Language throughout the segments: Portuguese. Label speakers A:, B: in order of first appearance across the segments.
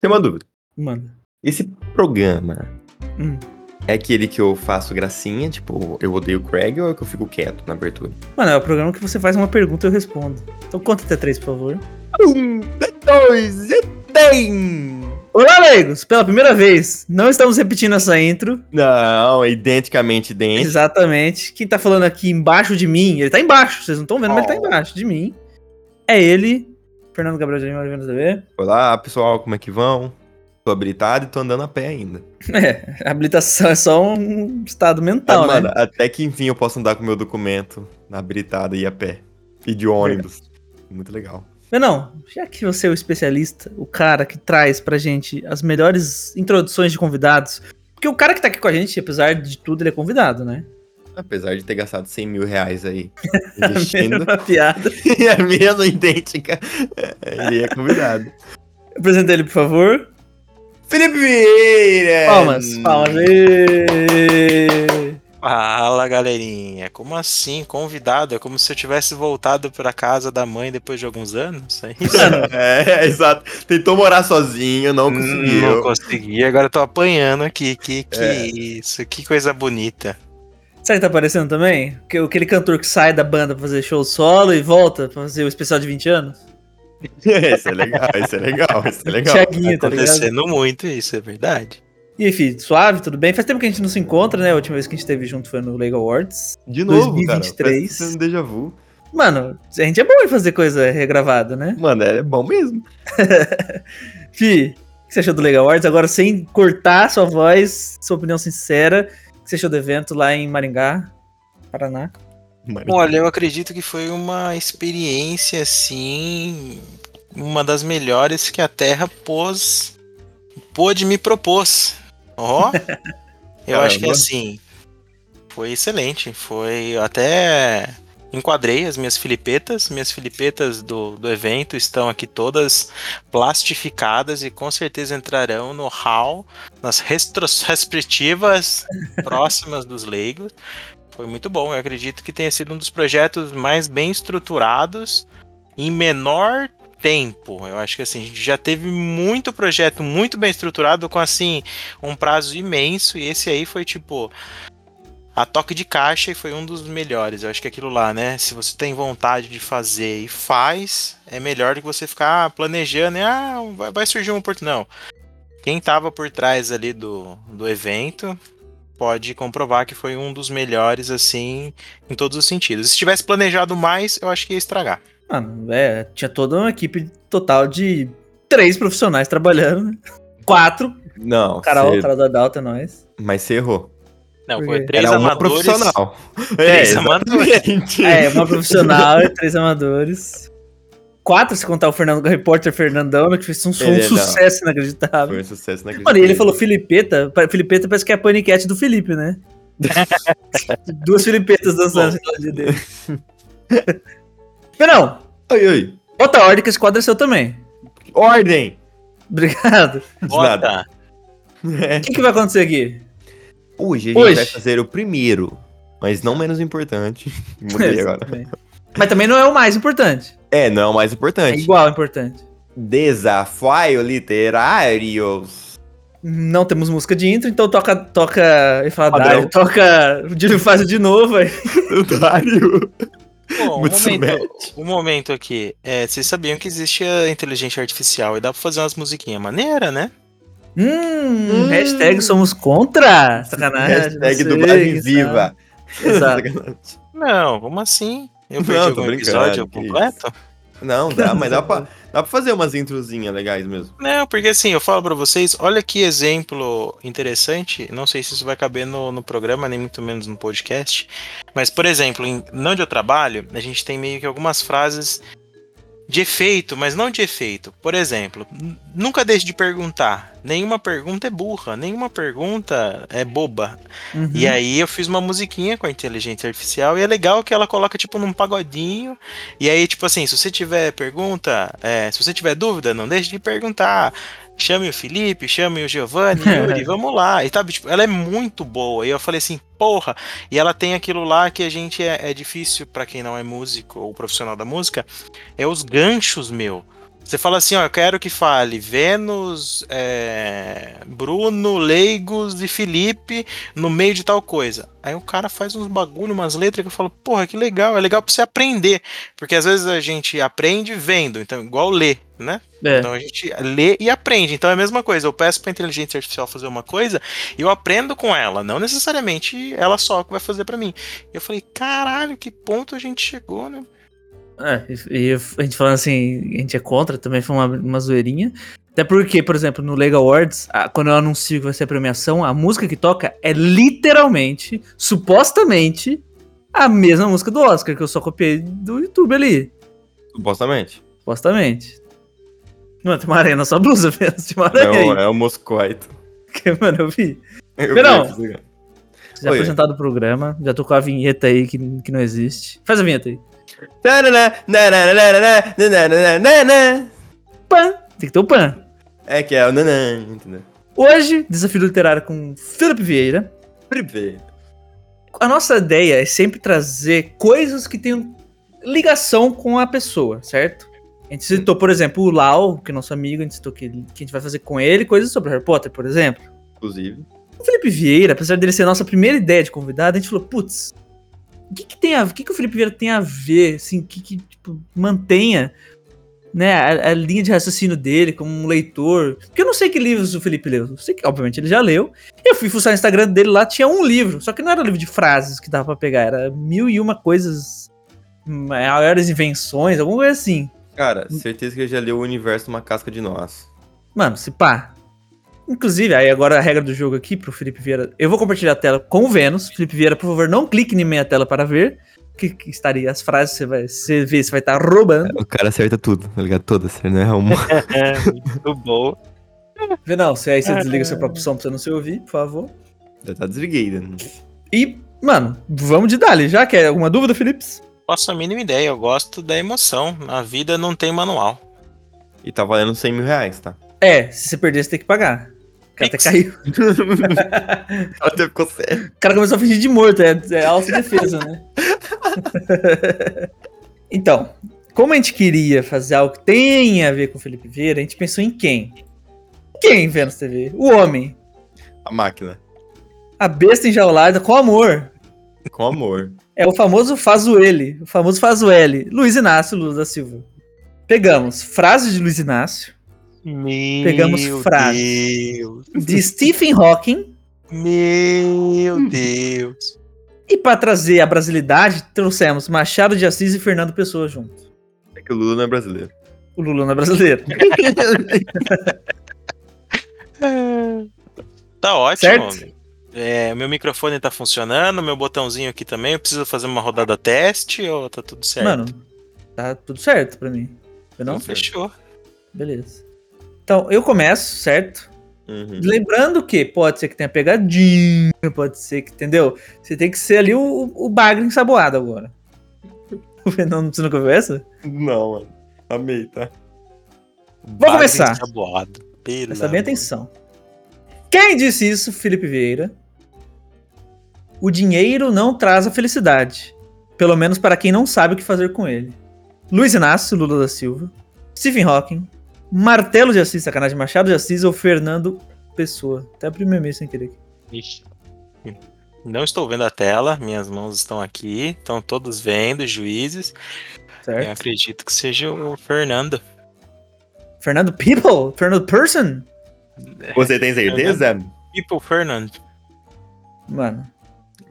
A: Tem uma dúvida.
B: Manda.
A: Esse programa
B: Hum.
A: é aquele que eu faço gracinha, tipo, eu odeio o Craig ou é que eu fico quieto na abertura?
B: Mano, é o programa que você faz uma pergunta e eu respondo. Então conta até três, por favor.
A: Um, dois e tem!
B: Olá, leigos! Pela primeira vez, não estamos repetindo essa intro.
A: Não, é identicamente idêntico.
B: Exatamente. Quem tá falando aqui embaixo de mim, ele tá embaixo, vocês não estão vendo, mas ele tá embaixo de mim. É ele, Fernando Gabriel de Lima, Vendo TV.
A: Olá, pessoal, como é que vão? Tô habilitado e tô andando a pé ainda.
B: É, a habilitação é só um estado
A: Ah,
B: mental,
A: mano,
B: né?
A: até que enfim eu posso andar com meu documento habilitado e a pé. E de ônibus. Muito legal.
B: Mas não, já que você é o especialista, o cara que traz pra gente as melhores introduções de convidados, porque o cara que tá aqui com a gente, apesar de tudo, ele é convidado, né?
A: Apesar de ter gastado 100 mil reais aí É investindo,
B: Mesma piada.
A: e a minha não idêntica, ele é convidado.
B: Apresenta ele, por favor.
A: Felipe Vieira! Hum.
B: Palmas, palmas. Êêêê.
C: Fala galerinha, como assim? Convidado? É como se eu tivesse voltado pra casa da mãe depois de alguns anos? É isso?
B: Mano,
A: É, exato. Tentou morar sozinho, não
C: Não
A: conseguiu.
C: consegui, agora eu É. tô apanhando aqui. Que, que isso, que coisa bonita.
B: sabe o que tá aparecendo também? Que- Aquele cantor que sai da banda pra fazer show solo e volta pra fazer o especial de 20 anos.
A: Isso é legal, isso é legal, isso é legal.
B: Thiaguinho, tá ligado?
C: Acontecendo muito isso, é verdade.
B: E aí, filho, suave, tudo bem? Faz tempo que a gente não se encontra, né? A última vez que a gente esteve junto foi no Legal Awards.
A: De novo,
B: 2023.
A: cara. parece um déjà vu.
B: Mano, a gente é bom em fazer coisa regravada, né?
A: Mano, é bom mesmo.
B: Fi, o que você achou do Legal Awards? Agora, sem cortar sua voz, sua opinião sincera, o que você achou do evento lá em Maringá, Paraná?
A: Mano,
C: Olha, eu acredito que foi uma experiência assim, uma das melhores que a Terra pôs, pôde me propôs. Ó, eu acho que
A: Caramba.
C: assim, foi excelente. Foi eu até enquadrei as minhas filipetas, minhas filipetas do, do evento estão aqui todas plastificadas e com certeza entrarão no hall nas retros- respectivas próximas dos leigos. Foi muito bom. Eu acredito que tenha sido um dos projetos mais bem estruturados em menor tempo. Eu acho que assim, a gente já teve muito projeto muito bem estruturado com assim um prazo imenso e esse aí foi tipo a toque de caixa e foi um dos melhores. Eu acho que aquilo lá, né? Se você tem vontade de fazer e faz, é melhor do que você ficar planejando e ah, vai- vai surgir uma oportunidade. Não. Quem tava por trás ali do, do evento pode comprovar que foi um dos melhores, assim, em todos os sentidos. Se tivesse planejado mais, eu acho que ia estragar.
B: Mano, é, tinha toda uma equipe total de três profissionais trabalhando, né? Quatro.
A: Não,
B: O cara,
A: cê-
B: o cara do Adalto é nós.
A: mas você errou.
C: Não,
B: Por quê?
C: foi três
A: Era uma
C: amadores.
A: profissional.
C: Três
A: é, exatamente.
B: É, uma profissional e três amadores. Quatro, se contar o Fernando, o repórter Fernandão, né, que fez um, foi um
A: Ele não.
B: sucesso inacreditável.
A: Foi um sucesso na
B: Mano, e ele falou Filipeta, pa- Filipeta parece que é a paniquete do Felipe, né? Duas Filipetas dançando no dia dele. Mas não,
A: Oi, oi.
B: bota a ordem que esse quadro é seu também.
A: Ordem!
B: Obrigado.
A: De nada.
C: Bota.
A: É.
B: O que, que vai acontecer aqui?
A: Hoje a gente
B: Hoje.
A: vai fazer o primeiro, mas não menos importante. Mudei agora.
B: É, Exatamente. Mas também não é o mais importante.
A: É, não é o mais
B: É
A: importante.
B: igual importante.
A: Desafio literários.
B: Não temos música de intro, então toca. Toca. Eu ia falar
A: Padrão.
B: Dario, toca. O Júlio faz de novo aí.
A: Dário.
C: Bom, um
A: Muito
C: momento,
A: somente.
C: um momento aqui. É, vocês sabiam que existe a inteligência artificial e dá pra fazer umas musiquinhas maneira, né?
B: Hum,
A: Hum.
B: hashtag somos contra. Sacanagem.
A: Hashtag
B: não sei,
A: dublagem
B: sabe?
A: viva.
B: Exato.
C: Não, como assim? Eu perdi
A: Não, tô
C: algum
A: brincando,
C: episódio
A: que
C: completo?
A: Não, dá, mas dá pra, dá pra fazer umas introzinhas legais mesmo.
C: Não, porque assim, eu falo pra vocês, olha que exemplo interessante, não sei se isso vai caber no, no programa, nem muito menos no podcast, mas, por exemplo, em Não de Eu Trabalho, a gente tem meio que algumas frases de efeito, mas não de efeito. Por exemplo, "N- nunca deixe de perguntar, nenhuma pergunta é burra, nenhuma pergunta é boba.
B: Uhum.
C: E aí eu fiz uma musiquinha com a inteligência artificial e é legal que ela coloca tipo num pagodinho. E aí, tipo assim, se você tiver pergunta, é, se você tiver dúvida, não deixe de perguntar. Chame o Felipe, chame o Giovanni, Yuri, vamos lá. E sabe, tipo, ela é muito boa. E eu falei assim, porra. E ela tem aquilo lá que a gente é, é difícil pra quem não é músico ou profissional da música, é os ganchos, meu. Você fala assim, ó, eu quero que fale Vênus, é, Bruno, Leigos e Felipe no meio de tal coisa. Aí o cara faz uns bagulho, umas letras que eu falo, porra, que legal, é legal pra você aprender. Porque às vezes a gente aprende vendo, então igual ler, né?
B: É.
C: Então a gente lê e aprende. Então é a mesma coisa, eu peço pra inteligência artificial fazer uma coisa e eu aprendo com ela, não necessariamente ela só que vai fazer pra mim. Eu falei, caralho, que ponto a gente chegou, né?
B: É, e e a gente falando assim, a gente é contra, também foi uma, uma zoeirinha. Até porque, por exemplo, no Legal Awards, a- quando eu anuncio que vai ser a premiação, a música que toca é literalmente, supostamente, a mesma música do Oscar, que eu só copiei do YouTube ali.
A: Supostamente.
B: Supostamente. Mano, tem uma aranha na sua blusa mesmo, tem uma aranha
A: É o,
B: aí.
A: é o Moscoito.
B: Que, mano, eu vi.
A: Eu
B: Verão.
A: conheço esse cara.
B: Já
A: Oi.
B: apresentado o programa, já tô com a vinheta aí que, que não existe. Faz a vinheta aí. Pan! Tem que ter o pan.
A: É que é o nanã, entendeu?
B: Hoje, desafio literário com Felipe Vieira.
A: Privé.
B: A nossa ideia é sempre trazer coisas que tenham ligação com a pessoa, certo? A gente citou, por exemplo, o Lau, que é nosso amigo, a gente citou que, que a gente vai fazer com ele, coisas sobre Harry Potter, por exemplo.
A: Inclusive.
B: O Felipe Vieira, apesar dele ser a nossa primeira ideia de convidado, a gente falou, putz, o que que tem a, o que que o Felipe Vieira tem a ver, assim, que que tipo, mantenha, né, a, a linha de raciocínio dele como um leitor? Porque eu não sei que livros o Felipe leu, eu sei que obviamente ele já leu. Eu fui fuçar o Instagram dele lá, tinha um livro, só que não era livro de frases que dava pra pegar, era mil e uma coisas, hum, maiores invenções, alguma coisa assim.
A: Cara, certeza que eu já li o universo numa casca de nós.
B: Mano, se pá. Inclusive, aí agora a regra do jogo aqui pro Felipe Vieira. Eu vou compartilhar a tela com o Vênus. Felipe Vieira, por favor, não clique em minha tela para ver. Que, que estaria as frases, você vai você vê, você vai estar roubando.
A: O cara acerta tudo, tá ligado? Todas, né? É um...
C: É, muito bom.
B: Venão, você, aí você desliga o seu próprio som pra você não se ouvir, por favor.
A: Já tá desliguei, né?
B: E, mano, vamos de Dali, já que é alguma dúvida, Felipe?
C: Faço a mínima ideia, eu gosto da emoção. A vida não tem manual.
A: E tá valendo 100 mil reais, tá?
B: É, se você perder, você tem que pagar. O cara até
C: Pix.
B: caiu.
A: Até ficou sério.
B: O cara começou a fingir de morto, é, é auto-defesa, né? então, como a gente queria fazer algo que tenha a ver com o Felipe Vieira, a gente pensou em quem? Quem, Vênus TV? O homem.
A: A máquina.
B: A besta enjaulada com amor.
A: Com amor.
B: É o famoso faz o ele, o famoso faz o L. Luiz Inácio Lula da Silva. Pegamos frases de Luiz Inácio,
C: Meu
B: Pegamos frases.
C: Deus.
B: de Stephen Hawking, Hum.
C: Meu Deus.
B: e para trazer a brasilidade, trouxemos Machado de Assis e Fernando Pessoa junto.
A: É que o Lula não é brasileiro.
B: O Lula não é brasileiro.
C: Tá ótimo.
B: Certo?
C: É, meu microfone tá funcionando, meu botãozinho aqui também. Eu preciso fazer uma rodada teste ou tá tudo certo?
B: Mano, tá tudo certo pra mim. Eu não?
C: Então, fechou.
B: Beleza. Então, eu começo, certo?
A: Uhum.
B: Lembrando que pode ser que tenha pegadinha, pode ser que, entendeu? Você tem que ser ali o, o, o bagre ensaboado agora. Não, você nunca viu essa?
A: Não, mano. Amei, tá?
B: Vou começar.
C: Tabuado.
B: Presta bem atenção. Quem disse isso, Felipe Vieira? O dinheiro não traz a felicidade. Pelo menos para quem não sabe o que fazer com ele. Luiz Inácio Lula da Silva, Stephen Hawking, Martelo de Assis, sacanagem, Machado de Assis ou Fernando Pessoa. Até primeiro mês sem querer.
C: Não estou vendo a tela, minhas mãos estão aqui, estão todos vendo, juízes. Eu
B: Certo?
C: acredito que seja o Fernando.
A: É.
B: Fernando People? Fernando Person?
A: Você tem certeza?
C: People Tipo Fernando.
B: Mano.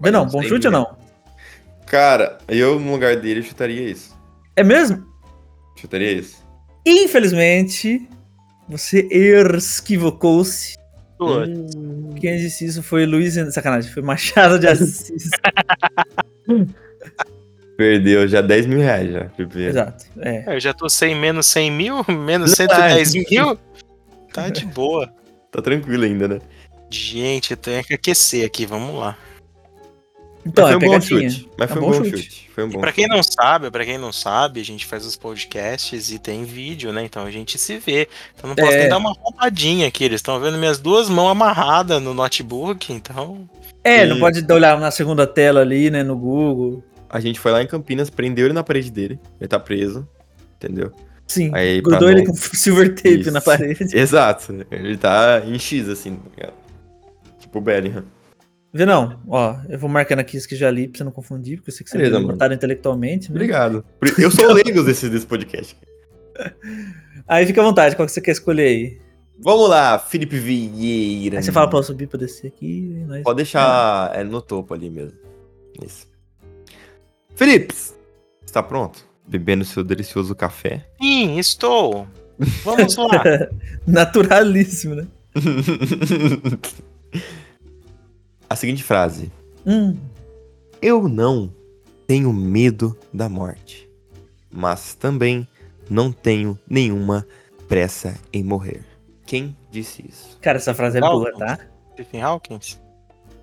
B: Não,
A: não
B: bom
A: sei,
B: chute ou
A: né?
B: não?
A: Cara, eu no lugar dele chutaria isso.
B: É mesmo?
A: Chutaria isso.
B: Infelizmente, você esquivocou-se
C: Hum.
B: Quem disse isso foi Luiz. Sacanagem, foi Machado de Assis.
A: Perdeu já 10 mil reais já. tipo, Primeiro.
B: Exato. É.
C: Eu já tô sem menos 100 mil, menos
A: Verdade.
C: 110 mil. Tá de boa.
A: Tá tranquilo ainda, né?
C: Gente, eu tenho que aquecer aqui, vamos lá.
B: Então,
A: mas foi
B: é
A: um bom
B: pegadinha.
A: chute. Mas
B: É
A: foi um
B: bom
A: bom
B: chute.
A: chute. Foi um bom
C: Pra quem não sabe, pra quem não sabe, a gente faz os podcasts e tem vídeo, né? Então a gente se vê. Então não posso
B: É.
C: nem dar uma roubadinha aqui. Eles estão vendo minhas duas mãos amarradas no notebook, então.
B: É, não
A: E-
B: pode dar- olhar na segunda tela ali, né, no Google.
A: A gente foi lá em Campinas, prendeu ele na parede dele. Ele tá preso. Entendeu?
B: Sim,
A: Aí, pra
B: grudou ele
A: não-
B: com silver tape na
A: Isso.
B: parede.
A: Exato. Ele tá em X, assim, tá ligado? Tipo o Bellingham.
B: Vê não, ó, eu vou marcando aqui isso que já li pra você não confundir, porque eu sei que você
A: Beleza,
B: é
A: mano.
B: levantado intelectualmente. né?
A: Obrigado. Por- Eu sou o Legos desse, desse podcast.
B: Aí fica à vontade, qual que você quer escolher aí?
A: Vamos lá, Felipe Vieira.
B: Aí você fala pra eu subir pra descer aqui. e Nós...
A: Pode deixar ele no topo ali mesmo. Isso. Felipe, está pronto? Bebendo seu delicioso café.
C: Sim, estou. Vamos lá.
B: Naturalíssimo, né?
A: A seguinte frase:
B: Hum,
A: Eu não tenho medo da morte, mas também não tenho nenhuma pressa em morrer. Quem disse isso?
B: cara, essa frase é
C: Não,
B: boa,
C: não.
B: tá?
C: Stephen Hawkins?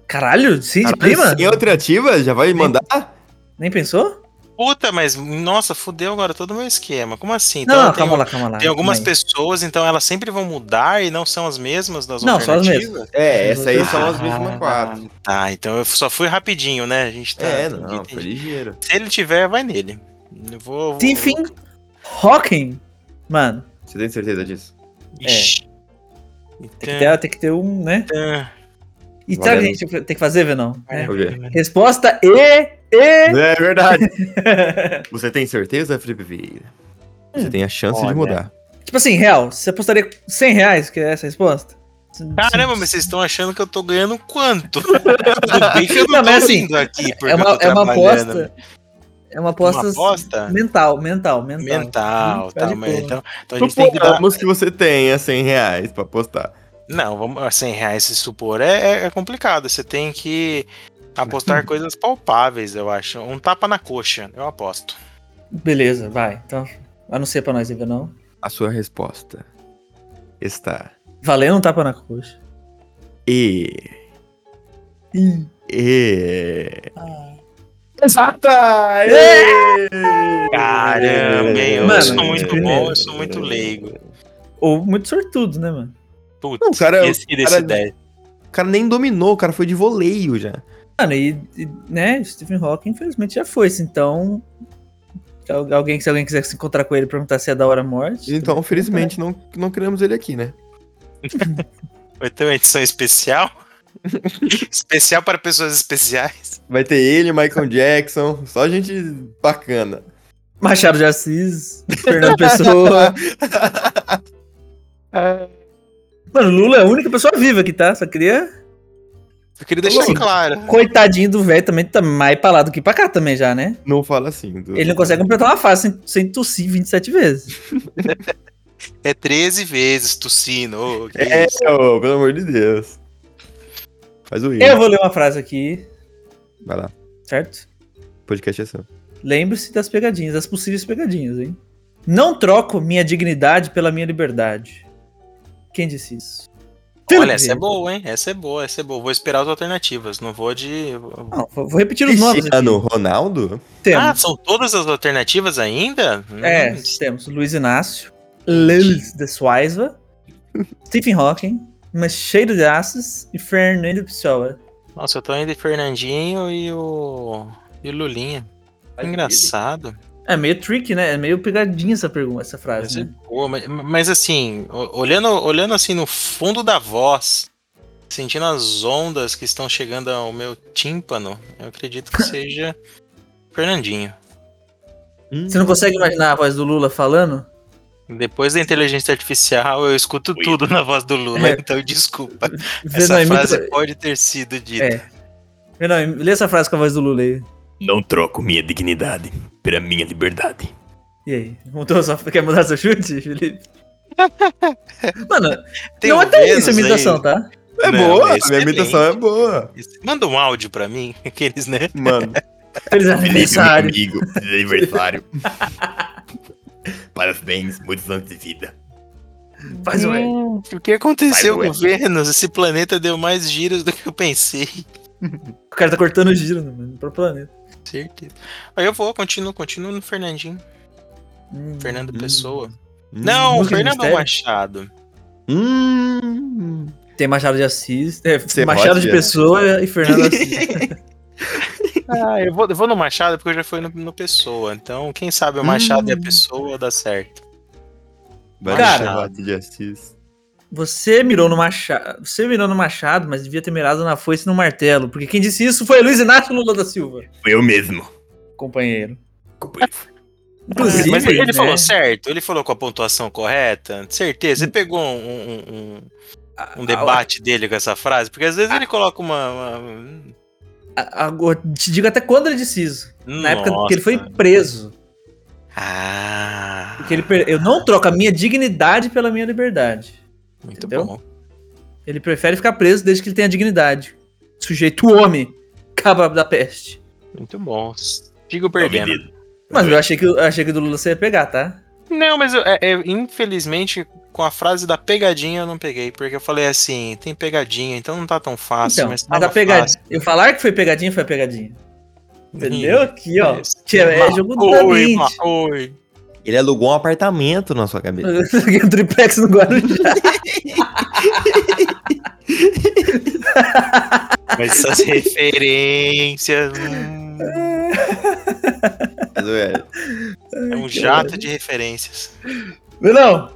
B: Caralho, sim, de
A: Caralho,
B: prima?
A: Sem alternativa? Já vai mandar?
B: Nem pensou?
C: Puta, mas nossa, fudeu agora todo o meu esquema. Como assim?
A: Então,
B: não,
C: eu
B: não,
C: tenho-
A: um-
B: calma lá, calma lá.
C: Tem algumas
B: calma aí.
C: pessoas, então elas sempre vão mudar e não são as mesmas das
B: Não, são as
C: alternativas?
B: mesmas.
A: É, essa aí são as
C: Ah,
A: mesmas quatro.
C: Tá, então eu só fui rapidinho, né? A gente tá.
A: É,
C: entendi,
A: não,
C: entendi.
A: foi ligeiro.
C: Se ele tiver, vai nele. Eu vou. vou-
B: Stephen Hawking, mano,
A: Você tem certeza disso?
C: Ixi. É.
B: tem que, ter, tem que ter um, né?
C: Tã,
B: E sabe o que a
A: Valendo.
B: gente tem que fazer, Venom?
C: tã.
B: É.
A: Vou ver.
B: Resposta E, E...
A: É verdade. Você tem certeza, Felipe Vieira? Você
B: Hum.
A: tem a chance de
C: Olha.
A: mudar.
B: Tipo assim, real, você apostaria 100 reais que é essa a resposta?
C: Caramba, mas vocês estão achando que eu tô ganhando quanto? Tudo bem que eu não,
B: Não,
C: tô
B: mas assim,
C: vindo aqui porque
B: É uma,
C: eu tô
B: é uma
C: trabalhando. né?
B: aposta. É uma aposta,
C: Uma aposta?
B: mental, mental, mental.
C: Mental,
B: Hum, tá
C: tá,
B: de
C: mas
B: boa.
C: então, então a gente tem que dar...
A: Suponhamos que você tenha 100 reais pra apostar.
C: Não, vamos, ah, 100 reais se supor é, é- é complicado. Você tem que apostar coisas palpáveis, eu acho. Um tapa na coxa, eu aposto.
B: Beleza, vai. Então, anuncia pra nós aí, não.
A: A sua resposta está
B: Valendo um tapa na coxa.
A: E.
B: Ih,
A: E. É!
B: ah.
A: Exata!
C: Caramba, hein, eu
B: Mano,
C: sou muito
B: primeiro.
C: bom, eu sou muito leigo.
B: Ou muito sortudo, né, mano?
C: Putz,
A: Não, cara,
C: esqueci desse
A: cara-
C: 10.
A: O cara nem dominou, o cara foi de voleio já.
B: Mano, e, e, né, Stephen Hawking infelizmente já foi, se então. al- Alguém, se alguém quiser se encontrar com ele e perguntar se é da hora a morte.
A: Então, felizmente, não, não criamos ele aqui, né?
C: Vai ter uma edição especial? especial para pessoas especiais?
A: Vai ter ele, Michael Jackson, só gente bacana.
B: Machado de Assis, Fernando Pessoa. Mano, Lula é a única pessoa viva aqui, tá? Só queria.
C: Eu queria deixar
A: Sim.
C: claro.
B: Coitadinho do velho também tá mais pra lá do que pra cá também já, né?
A: Não fala assim. do-
B: Ele não consegue completar uma fase sem, sem tossir 27 vezes.
C: É 13 vezes tossino. ô, que
A: É,
C: isso.
A: ô, pelo amor de Deus. Faz o
B: Eu
A: Igor.
B: vou ler uma frase aqui,
A: Vai lá,
B: certo?
A: podcast é seu.
B: Lembre-se das pegadinhas, das possíveis pegadinhas, hein? Não troco minha dignidade pela minha liberdade. Quem disse isso?
C: Olha, essa é
B: bom.
C: boa, hein? Essa é boa, essa é boa. Vou esperar as alternativas. Não vou de.
B: vou vou repetir os nomes. aqui.
A: Cristiano Ronaldo?
C: Ah,
B: Temos.
C: são todas as alternativas ainda?
B: é,
C: Hum,
B: temos Luiz Inácio, Lewis de Suaisva, Stephen Hawking, Machado de Assis e Fernando Pessoa.
C: Nossa, eu tô entre Fernandinho e o. E o Lulinha. Engraçado.
B: É meio tricky, né? É meio pegadinha essa pergunta, essa frase.
C: Essa é
B: né?
C: boa, mas, mas assim, o- olhando, olhando assim no fundo da voz, sentindo as ondas que estão chegando ao meu tímpano, eu acredito que seja Fernandinho.
A: Hum.
B: Você não consegue imaginar a voz do Lula falando?
C: Depois da inteligência artificial, eu escuto tudo na voz do Lula, então desculpa.
B: Venom,
C: Essa
B: é muito-
C: frase pode ter sido dita.
B: É. Venom, lê essa frase com a voz do Lula aí.
A: Não troco minha dignidade pela minha liberdade.
B: E aí? Mudou sua... Quer mudar seu chute, Felipe? Mano,
C: Tem
B: não
C: um
B: até
C: Vênus
B: isso a imitação,
C: aí.
B: tá?
A: É
C: Não,
A: boa,
C: é
A: a minha
C: excelente.
A: imitação é boa.
C: Manda um áudio pra mim, aqueles, né?
A: Mano,
B: Feliz aniversário.
A: amigo, feliz aniversário. Parabéns, muitos anos de vida.
B: Faz um L.
C: O que aconteceu
A: Vai
C: com
A: doer.
C: Vênus? Esse planeta deu mais giros do que eu pensei.
B: O cara tá cortando o giro né, mano, pro planeta.
C: Certeza. Aí eu vou, continuo, continuo no Fernandinho.
B: Hum.
C: Fernando
A: Hum.
C: Pessoa. Não,
B: música de
C: Fernando
B: mistério?
C: Machado.
A: Hum.
B: Tem Machado de Assis, é,
A: Você
B: Machado
A: roda
B: de
A: de
B: Pessoa e Fernando Assis.
C: Ah, eu vou,
B: Hum.
C: eu vou no Machado porque eu já fui no, no Pessoa. Então, quem sabe o Machado e a
A: Hum.
C: Pessoa dá certo.
A: Vai
B: Cara.
A: no Machado de Assis.
B: Você mirou no machado. Você mirou no machado, mas devia ter mirado na foice e no martelo. Porque quem disse isso foi Luiz Inácio Lula da Silva,
A: Foi eu mesmo.
B: companheiro.
C: Mas
B: Inclusive,
C: Mas ele
B: né,
C: falou assim, certo, ele falou com a pontuação correta, de certeza. Você pegou um, um- um-
B: a-
C: um debate dele com essa frase? Porque às vezes
B: Ah.
C: ele coloca uma. uma-
B: a- a- eu te digo até quando ele disse isso. Na época que ele foi
C: Nossa.
B: preso.
C: Ah.
B: Porque ele per- Eu não troco a minha dignidade pela minha liberdade.
C: Muito
B: entendeu?
C: bom.
B: Ele prefere ficar preso desde que ele tenha dignidade. Sujeito homem, cabra da peste.
C: Muito bom. Sigo perdendo.
B: Mas eu achei que, eu achei que do Lula você ia pegar, tá?
C: Não, mas eu- é- é, infelizmente com a frase da pegadinha eu não peguei, porque eu falei assim, tem pegadinha, então não tá tão fácil,
B: então,
C: mas
B: mas,
C: tava
B: a pegadinha.
C: fácil.
B: Eu falar que foi pegadinha, foi pegadinha. Entendeu?
C: Ih,
B: Aqui, ó.
C: isso.
B: Que é, é jogo da
C: Oi,
B: mente.
C: ma- oi.
A: Ele alugou um apartamento na sua cabeça.
B: Aqui é o triplex no Guarujá.
C: Mas essas referências. hum,
A: Mas, ué,
C: é um jato de referências.
B: Não,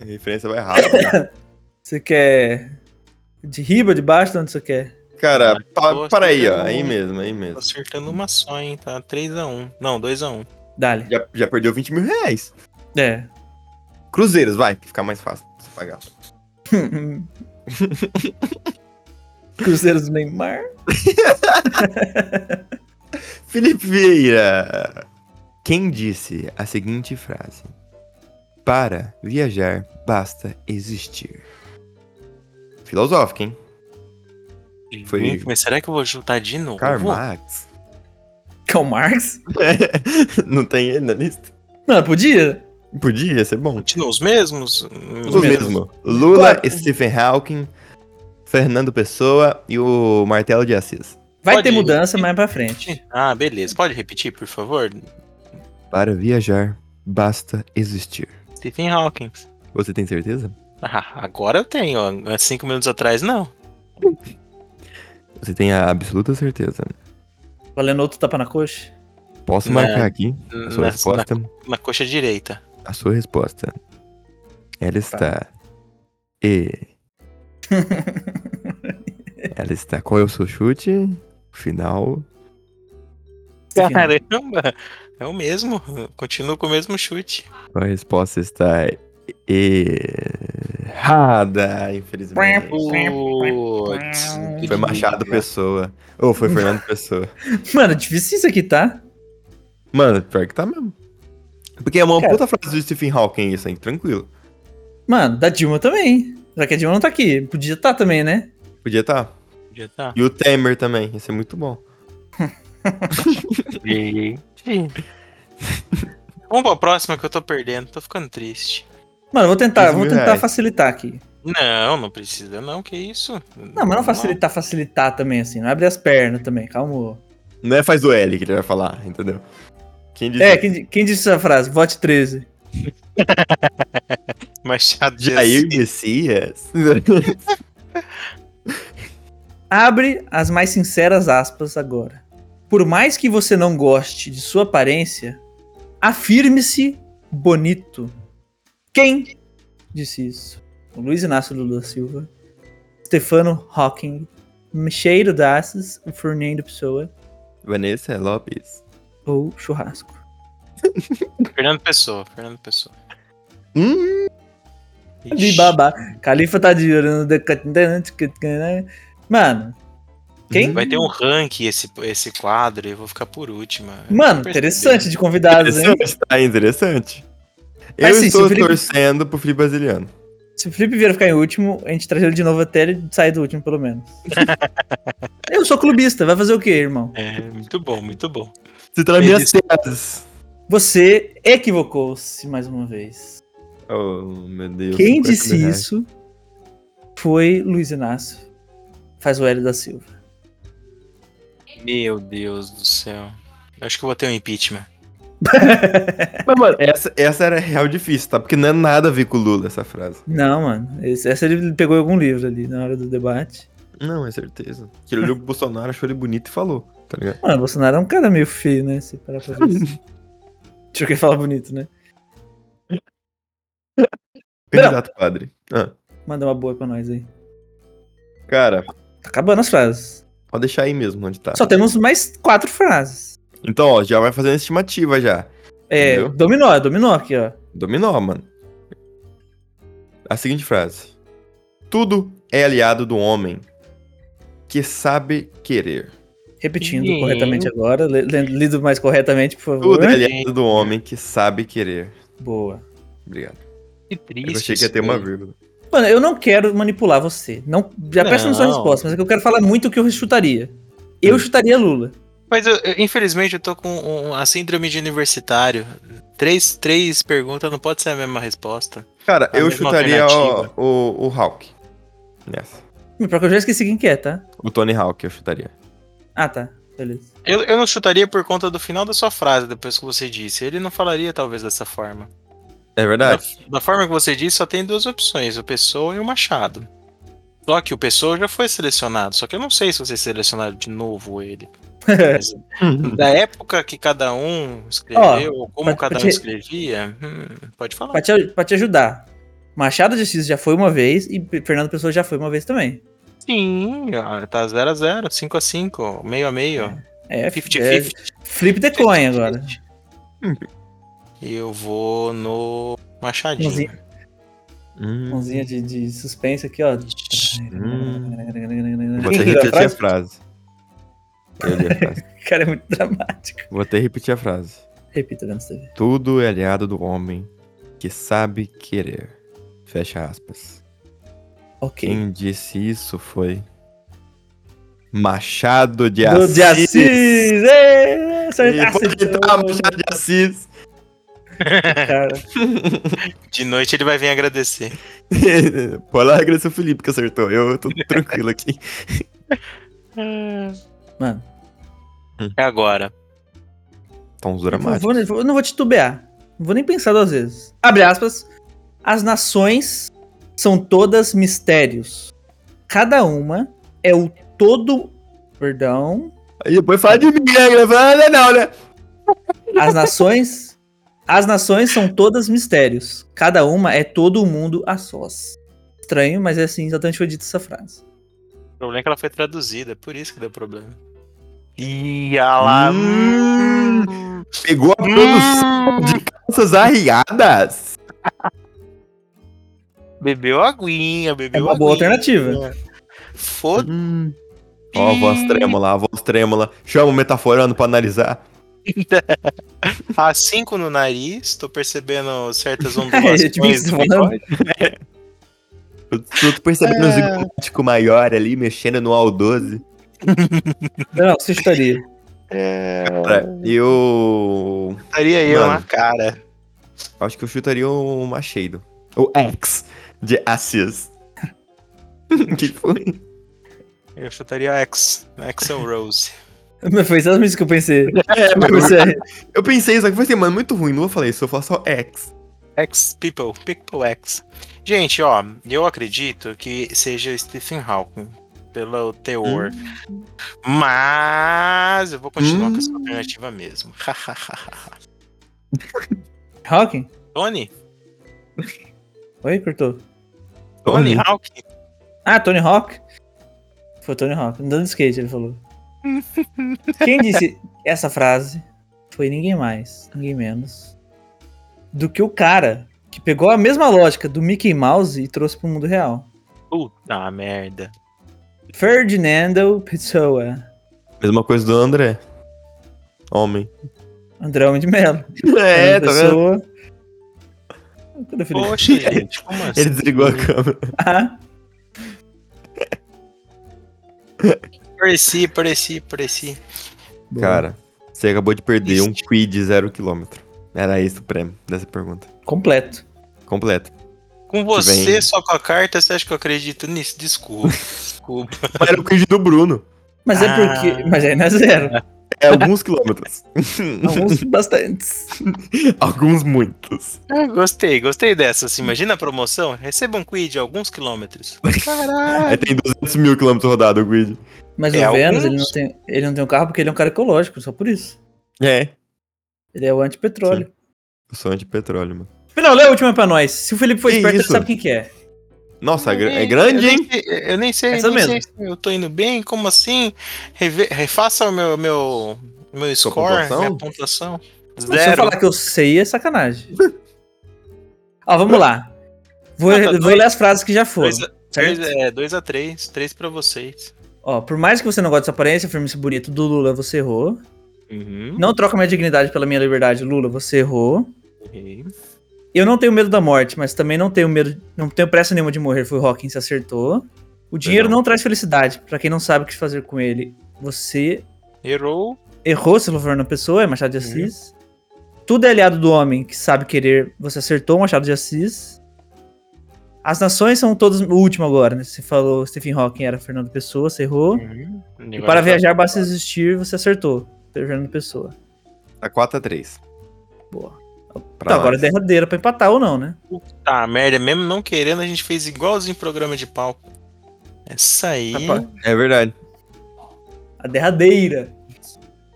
A: a referência vai rápido.
B: você quer de riba, de baixo, de onde você quer?
A: Cara,
C: Nossa,
A: pa, para aí, ó.
C: cara.
A: Aí mesmo, aí
C: Tô
A: mesmo.
C: acertando uma só, hein? Tá 3x1. Não, 2x1.
B: Dale.
A: Já, já perdeu 20 mil reais.
B: É.
A: Cruzeiros, vai, que fica mais fácil pra você pagar.
B: Cruzeiros do Neymar.
A: Felipe Vieira. Quem disse a seguinte frase? Para viajar, basta existir. Filosófico, hein? Foi-
C: Gente, Hum, Mas será que eu vou juntar de novo?
A: Karl Marx.
B: Karl Marx?
A: Não tem ele na lista?
B: Não, podia.
A: Podia ser bom.
C: Continuam os mesmos?
A: O
C: Os
A: mesmo. Lula,
B: Claro.
A: Stephen Hawking, Fernando Pessoa e o Martelo de Assis.
B: Vai
C: Pode
B: ter
C: ir.
B: mudança mais pra frente.
C: Ah, beleza. Pode repetir, por favor?
A: Para viajar, basta existir.
C: Stephen Hawking.
A: Você tem certeza?
C: Ah, agora eu tenho, ó. Há Cinco minutos atrás, não.
A: Você tem a absoluta certeza.
B: Valendo outro tapa na coxa.
A: Posso
C: Não.
A: marcar aqui a sua
C: Na, na,
A: resposta?
C: na coxa direita.
A: A sua resposta.
C: Tá.
A: Ela está. E. Ela está. Qual é o seu chute? Final.
B: Stephen Hawking.
C: Caramba! É o mesmo. Continua com o mesmo chute.
A: A resposta está. Errada, infelizmente.
C: Putz.
A: Foi Machado Pessoa. Ou foi Fernando Pessoa.
B: Mano, é difícil isso aqui, tá?
A: Mano, pior que tá mesmo. Porque é uma
B: Cara.
A: puta frase do Stephen Hawking, isso aí, tranquilo.
B: Mano, da Dilma também. Já que a Dilma não tá aqui. Podia estar também, né?
A: Podia estar.
C: Já tá.
A: E o Temer também, ia ser muito bom.
C: Vamos pra próxima que eu tô perdendo. Tô ficando triste.
B: Mano, eu vou tentar,
A: 15
B: vou
A: mil
B: tentar
A: reais.
B: facilitar aqui.
C: Não, não precisa não. Que isso?
B: Não, mas não facilitar, facilitar também, assim. Não abre as pernas também, calma.
A: Não é faz o L que ele vai falar, entendeu? Quem disse
B: É, quem, di- quem disse essa frase? Vote 13.
C: Machado de
A: Jair
B: assim.
C: Assis.
A: Messias?
B: Abre as mais sinceras aspas agora. Por mais que você não goste de sua aparência, afirme-se bonito. Quem disse isso? O Luiz Inácio Lula da Silva, Stefano Hawking, Micheiro Dasses, o Fernando Pessoa
A: Vanessa Lopes.
B: ou Churrasco.
C: Fernando Pessoa. Fernando Pessoa.
A: Hum,
B: De babá. Califa tá de olho no decadente, que- que- né? Mano, quem?
C: Vai ter um rank esse, esse quadro e eu vou ficar por última.
B: Mano,
C: Percebi.
B: interessante de convidados, hein?
A: interessante, tá? Interessante.
B: Mas
A: eu
B: sim, se
A: estou
B: o Felipe-
A: torcendo pro Felipe Brasiliano.
B: Se o Felipe Vieira ficar em último, a gente traz ele de novo até ele sair do último, pelo menos. Eu sou clubista, vai fazer o quê, irmão?
C: É, muito bom, muito bom.
A: Você
B: tá
A: traz
C: Ele
A: minhas
C: disse-
A: tetas.
B: Você equivocou-se mais uma vez.
A: Oh, meu Deus.
B: Quem
A: 50
B: disse
A: mil reais.
B: isso foi Luiz Inácio. Faz o Hélio da Silva.
C: Meu Deus do céu. Eu acho que eu vou ter um impeachment.
A: Mas, mano, essa, essa era real difícil, tá? Porque não é nada a ver com o Lula, essa frase.
B: Não, mano. esse- Essa ele pegou em algum livro ali na hora do debate.
A: Não, é certeza. Que ele olhou pro Bolsonaro, achou ele bonito e falou, tá ligado?
B: Mano, o Bolsonaro é um cara meio feio, né? Se parar pra ver isso. Deixa eu que ele fala bonito, né?
A: Candidato padre. Ah,
B: Manda uma boa pra nós aí.
A: cara,
B: Tá acabando as frases.
A: pode deixar aí mesmo onde tá.
B: Só temos mais quatro frases.
A: Então, ó, já vai fazendo estimativa já.
B: É,
A: Entendeu?
B: dominó, é dominó aqui, ó.
A: Dominó, mano. A seguinte frase: Tudo é aliado do homem que sabe querer.
B: Repetindo
C: Sim.
B: corretamente agora. le- le- Lido mais corretamente, por favor.
A: Tudo é aliado do homem que sabe querer.
B: Boa.
A: Obrigado.
C: Que
A: Eu
C: triste.
A: achei que ia
C: isso
A: ter uma
C: aí.
A: vírgula.
B: Mano, eu não quero manipular você. Não, já peço na sua
C: Não.
B: resposta, mas é que eu quero falar muito o que eu chutaria. Eu chutaria Lula.
C: Mas eu- eu, infelizmente eu tô com um- a síndrome de universitário. Três, três perguntas, não pode ser a mesma resposta.
A: Cara,
C: A
A: eu
C: mesma
A: chutaria o,
C: alternativa.
A: o, o Hulk. Nessa.
B: Mas Pior que eu já esqueci quem que é, tá?
A: O Tony Hawk eu chutaria.
B: Ah, tá. Beleza.
C: Eu, eu não chutaria por conta do final da sua frase, depois que você disse. Ele não falaria, talvez, dessa forma.
A: É verdade?
C: Da forma que você disse, só tem duas opções: o Pessoa e o Machado. Só que o Pessoa já foi selecionado. Só que eu não sei se vocês selecionaram de novo ele.
B: É.
C: Mas da época que cada um escreveu, ou como
B: pra-
C: cada
B: pra
C: um
B: te-
C: escrevia, hum, pode falar.
B: Pra te, pra te ajudar. Machado de Assis já foi uma vez e P- Fernando Pessoa já foi uma vez também.
C: Sim, ó, tá 0x0, 5x5, meio a meio.
B: É,
C: 50-50.
B: é flip the coin agora.
C: Hum. E eu vou no Machadinho.
B: Mãozinha.
A: Hum,
B: Mãozinha de, de suspense aqui, ó.
A: Hum. Vou ter
B: Quem
A: que
B: que deu a
A: repetir a
B: frase?
A: frase. Eu li a frase.
B: O cara é muito dramático.
A: Vou ter que repetir a frase.
B: Repita, Vênus TV.
A: Tudo é aliado do homem que sabe querer. Fecha aspas.
B: Ok.
A: Quem disse isso foi Machado de
B: Do
A: Assis.
B: de Assis! tá Ê,
A: E
B: acertasse
A: Pode
B: de
A: entrar,
B: novo,
A: Machado de Assis.
B: cara.
C: De noite ele vai vir agradecer.
A: Pode lá agradecer o Felipe que acertou. Eu tô tranquilo aqui.
B: Mano,
C: É agora.
A: Tons
B: eu não
A: dramáticos.
B: vou- eu não, vou titubear. Não vou nem pensar duas vezes. Abre aspas. As nações são todas mistérios. Cada uma é o todo. Perdão.
A: Aí depois fala de mim, né? Gravando, não, né?
B: As nações. As nações são todas mistérios. Cada uma é todo o mundo a sós. Estranho, mas é assim, exatamente foi dita essa frase.
C: O problema é que ela foi traduzida, por isso que deu problema. Ih, ah lá.
A: Hum.
C: hum.
A: Pegou a produção de calças arriadas.
C: Bebeu aguinha,
B: É
C: bebeu
B: uma boa
C: aguinha.
B: alternativa.
C: Foda-se.
B: Hum.
A: Ó, a voz trêmula, a voz trêmula. Chama o metaforando pra analisar.
C: A5 Tá no nariz, tô percebendo certas
B: tipo isso,
C: ondulações. do
B: falando.
C: bigode.
A: Eu tô percebendo um zigmático maior ali, mexendo no AL12.
B: Não, você chutaria.
C: é,
A: Cara, eu.
C: estaria eu né?
A: Mano.
C: na cara.
A: Acho que eu chutaria o Machado. O X de Assis. que foi?
C: Eu chutaria a X, Axel Rose.
B: Mas Foi exatamente isso que eu pensei.
A: É,
B: Eu pensei,
A: eu pensei, só que foi assim, mano, muito ruim. Não vou falar isso, eu vou falar só X.
C: X People, People X. Gente, ó, eu acredito que seja Stephen Hawking, pelo teor. Mas eu vou continuar
A: Hum.
C: com essa alternativa mesmo.
B: Hawking?
C: Tony?
B: Oi, cortou.
A: Tony.
C: Tony Hawking?
B: Ah, Tony Hawk? Foi Tony Hawk, andando de skate, ele falou. Quem disse essa frase foi ninguém mais, ninguém menos do que o cara que pegou a mesma lógica do Mickey Mouse e trouxe pro mundo real.
C: Puta merda.
B: Ferdinando Pessoa,
A: Mesma coisa do André. Homem.
B: Andrão de Mello.
A: É, tá vendo?
B: pessoa. Cadê o Felipe?
C: Poxa, gente, como assim?
A: Ele desligou a câmera.
B: Ah,
C: Pareci, pareci, pareci.
B: bom.
A: Cara, você acabou de perder um
C: Triste.
A: quid zero quilômetro. Era esse o prêmio dessa pergunta.
B: Completo.
A: Completo.
C: Com você,
A: Bem.
C: só com a carta, você acha que eu acredito nisso? Desculpa. Desculpa.
A: Mas era o quid do Bruno.
B: Mas
A: Ah.
B: é porque. Mas aí não é zero.
A: É alguns quilômetros.
B: Alguns bastantes.
A: alguns muitos.
C: Ah, Gostei, gostei dessa. Assim, imagina a promoção. Receba um quid de alguns quilômetros. Caralho.
A: Aí tem 200 mil quilômetros rodados o quid.
B: Mas
C: É,
B: o Vênus,
C: alguns-
B: ele não, tem, ele não tem um carro porque ele é um cara ecológico, só por isso.
A: É.
B: Ele é o antipetróleo.
A: Eu sou anti-petróleo, mano.
B: Não, lê a última pra nós. Se o Felipe foi
A: Que
B: esperto, ele
A: isso?
B: sabe quem que é.
A: Nossa, é gr- é
C: Eu
A: grande,
C: nem-
A: hein?
C: Eu nem sei,
B: Essa
C: nem sei
B: mesmo.
C: se eu tô indo bem, como assim? Reve- refaça o meu, meu, meu
A: Sua
C: score,
A: pontuação?
C: minha pontuação.
B: Não, Se eu
C: Zero.
B: falar que eu sei, é sacanagem. Ó, vamos lá. Vou,
C: Ah, tá,
B: vou
C: dois-
B: ler as frases que já foram.
C: Dois a-
B: certo?
C: Dois, é, 2 a 3 3 pra vocês.
B: Ó, por mais que você não goste dessa aparência, firme bonito do Lula, você errou.
C: Uhum.
B: Não troca minha dignidade pela minha liberdade, Lula, você errou.
C: Ok.
B: Eu não tenho medo da morte, mas também não tenho medo, não tenho pressa nenhuma de morrer, foi o Hawkins acertou. O dinheiro
A: Legal.
B: não traz felicidade, pra quem não sabe o que fazer com ele. Você
C: Errou.
B: errou se for na pessoa, é Machado de Assis. Tudo é aliado do homem que sabe querer, você acertou Machado de Assis. As nações são todas. O último agora, né? Você falou Stephen Hawking era Fernando Pessoa, você errou.
C: Uhum.
B: E para viajar basta existir, você acertou. Fernando Pessoa.
A: Tá 4x3.
B: Boa. Tá, agora é derradeira pra empatar ou não, né?
C: Tá, merda, mesmo não querendo, a gente fez igualzinho programa de palco. Essa aí.
A: É verdade.
B: A derradeira.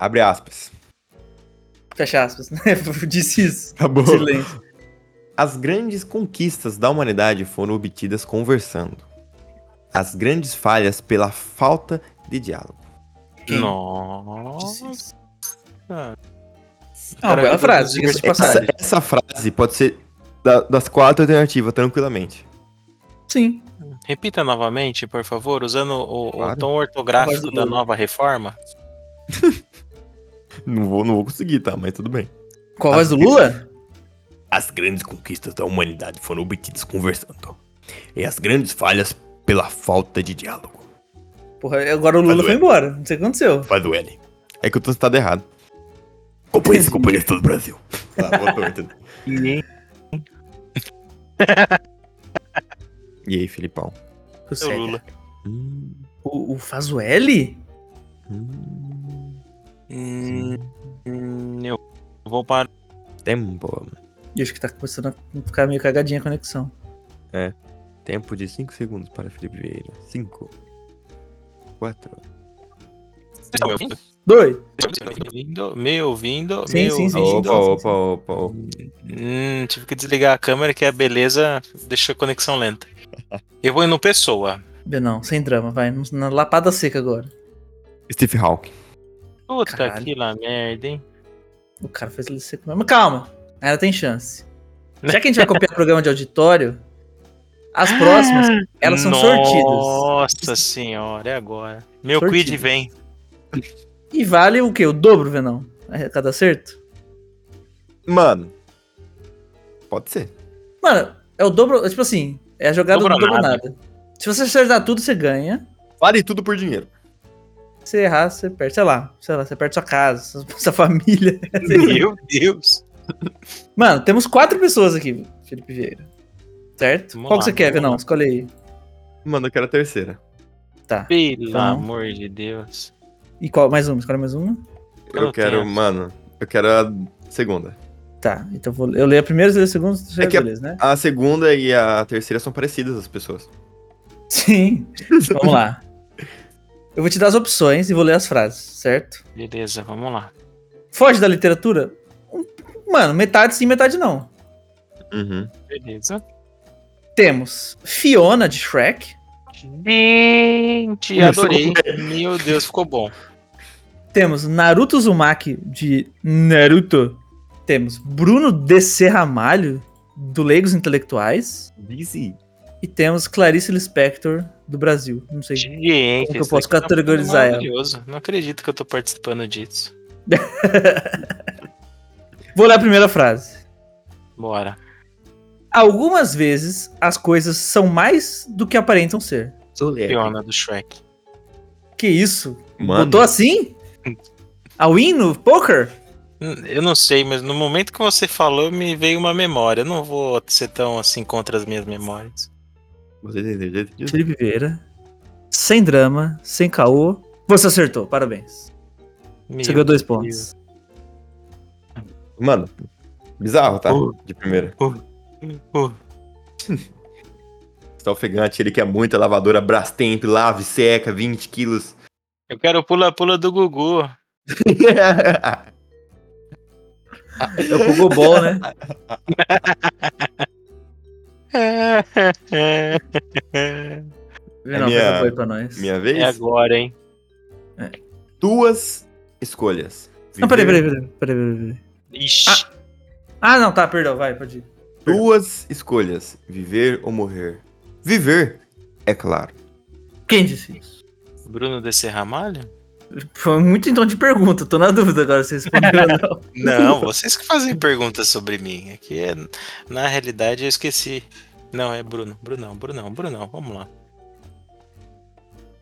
A: Abre aspas.
B: Fecha aspas, né? Eu Disse isso.
A: Acabou.
B: Silêncio.
A: As grandes conquistas da humanidade foram obtidas conversando. As grandes falhas pela falta de diálogo.
B: Quem
C: Nossa.
B: Disse isso.
C: Ah.
B: É uma bela frase, diga-se de
A: Essa,
B: passagem.
A: essa frase pode ser da- das quatro alternativas, tranquilamente.
B: Sim.
C: Repita novamente, por favor, usando o, o
A: Claro.
C: tom
B: A voz
C: ortográfico
B: do
C: da
B: Lula.
C: nova reforma.
A: Não vou, não vou conseguir, tá? Mas tudo bem.
B: Qual a voz do Lula?
A: As grandes conquistas da humanidade foram obtidas conversando. E as grandes falhas pela falta de diálogo.
B: Porra, agora o Lula
A: Faz
B: foi
A: o-
B: embora. Não sei o que aconteceu.
A: Faz o L. É que eu tô citado errado. Companhias e companhias de todo o Brasil. Tá, botou, entendeu? E aí, Filipão?
B: O,
C: É O Lula.
A: Hum,
B: o, o faz o L?
A: hum,
C: Hum, hum, eu vou parar.
A: tempo.
B: E acho que tá começando a ficar meio cagadinha a conexão.
A: Tempo de 5 segundos para Felipe Vieira. 5, 4,
C: Vocês estão me ouvindo?
B: Dois.
C: Vocês estão me ouvindo? Me ouvindo?
B: Sim,
C: me
B: sim, sim.
C: ouvindo?
A: Opa, opa, opa, opa.
C: Hum, tive que desligar a câmera que a beleza deixou a conexão lenta. Eu vou indo pessoa.
B: Não, sem drama, vai. Na lapada seca agora.
A: Steve Hawking.
C: Puta
B: Caralho.
C: que lá merda, hein?
B: O cara fez ele seco mesmo. Mas calma, ainda tem chance. Já que a gente vai copiar programa de auditório, as
C: Ah,
B: próximas, elas são sortidas.
C: Nossa senhora, é agora. Meu
B: Sortidas.
C: quid vem.
B: E vale o quê? O dobro, Venão? A Cada acerto?
A: Mano. Pode ser.
B: Mano, é o dobro. é Tipo assim, é a jogada
C: Dobro
B: do dobro
C: nada.
B: nada. Se você acertar tudo, você ganha.
A: Vale tudo por dinheiro.
B: Se errar, você perde, sei lá, sei lá, você perde sua casa, sua- sua família.
C: Meu Deus.
B: Mano, temos quatro pessoas aqui, Felipe Vieira. Certo?
C: Vamos
B: Qual
C: lá,
B: que você quer,
C: vamos
B: Venão?
C: lá.
B: Escolhe aí.
A: Mano, eu quero a terceira.
B: Tá.
C: Pelo
B: Então-
C: amor de Deus.
B: E qual? Mais uma? Escolhe mais uma?
A: Eu
C: Eu
A: quero,
C: tenho.
A: mano. Eu quero a segunda.
B: Tá, então eu vou- eu leio a primeira, você lê a segunda, você
A: É que a-
B: beleza, né?
A: A segunda e a terceira são parecidas as pessoas.
B: Sim. Vamos lá. Eu vou te dar as opções e vou ler as frases, certo?
C: Beleza, vamos lá.
B: Foge da literatura? Um- Mano, metade sim, metade não.
A: Uhum.
C: Beleza.
B: Temos Fiona de Shrek.
C: Gente, adorei. Meu Deus, ficou bom.
B: Temos Naruto Uzumaki de Naruto. Temos Bruno DC Ramalho, do Leigos Intelectuais.
A: Dizzy.
B: E temos Clarice Lispector, do Brasil. Não sei.
C: Gente,
B: Como que eu
C: isso
B: posso
C: daqui tá
B: categorizar ela?
C: maravilhoso. Não acredito que eu tô participando disso.
B: Vou ler a primeira frase.
C: Bora.
B: Algumas vezes as coisas são mais do que aparentam ser.
C: Fiona do Shrek.
B: Que isso?
A: Mano.
B: Botou assim? A win no poker?
C: Hum, Eu não sei, mas no momento que você falou, me veio uma memória. Eu não vou ser tão assim contra as minhas memórias.
A: Você entendeu o jeito disso?
B: Felipe Vieira. Sem drama, sem caô. Você acertou, parabéns.
C: Meu
B: Você ganhou dois
C: Deus.
B: pontos.
A: Mano. Bizarro, tá?
C: Uh.
A: De primeira.
C: Uh,
A: Está tá ofegante, ele quer muita lavadora Brastemp, lave, seca, 20 quilos.
C: eu quero o pula-pula do Gugu.
B: É o Pogobol, né?
C: É
B: Não,
A: minha-
B: foi pra nós.
A: Minha vez?
C: agora, hein?
A: Duas escolhas.
B: Não, peraí,
A: Viver
B: peraí, peraí, peraí, peraí, peraí.
C: Ixi.
B: Ah, não, tá, perdão, vai, pode ir.
A: Duas escolhas. Viver ou morrer. Viver, é claro.
B: Quem disse isso?
C: Bruno DC Ramalho?
B: Foi muito em tom de pergunta, tô na dúvida agora se respondeu ou não.
C: Não, vocês que fazem perguntas sobre mim. Aqui é, na realidade eu esqueci. Não, é Bruno. Brunão, Brunão, Brunão, vamos lá.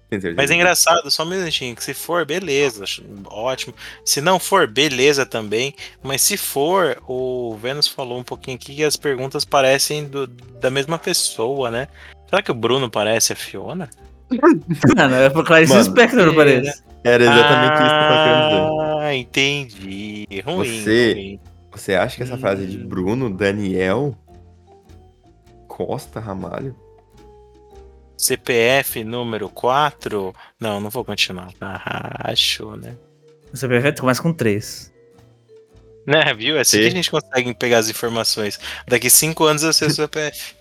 A: Tem certeza?
C: Mas é engraçado, só um minutinho, que se for, beleza, acho ótimo. Se não for, beleza também. Mas se for, o Vênus falou um pouquinho aqui que as perguntas parecem do- da mesma pessoa, né? Será que o Bruno parece a Fiona?
B: Não, não, é pra Clarice
A: Mano.
B: Spector, parece.
A: Era É exatamente isso que eu tava querendo dizer.
C: Ah, entendi. Ruim,
A: Você-
C: ruim.
A: Você acha que essa frase é de Bruno, Daniel, Costa, Ramalho?
C: CPF número 4. Não, não vou continuar. Ah, achou, né?
B: O CPF começa com 3.
C: Né, viu? É assim
A: Sim.
C: que a gente consegue pegar as informações. Daqui cinco anos eu sei o CPF.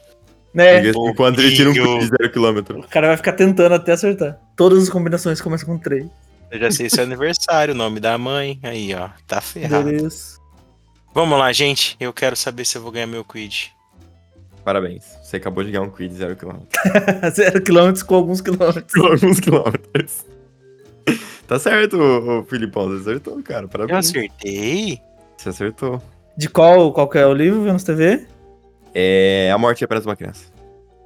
B: Né?
A: Porque Enquanto ele tira um
C: bobinho.
A: cu de zero quilômetro.
B: O cara vai ficar tentando até acertar. Todas as combinações começam com 3.
C: Eu já sei seu aniversário, o nome da mãe. Aí, ó. Tá ferrado.
B: Endereço.
C: Vamos lá, gente. Eu quero saber se eu vou ganhar meu quid.
A: Parabéns. Você acabou de ganhar um quid de zero quilômetro.
B: Zero quilômetros com alguns quilômetros.
A: Com Alguns quilômetros. Tá certo, ô, ô, Filipão. Você acertou, cara.
C: Eu
A: Parabéns.
C: acertei?
A: Você acertou.
B: De qual, qual que é o livro, Vênus TV?
A: É. A morte é apenas uma criança.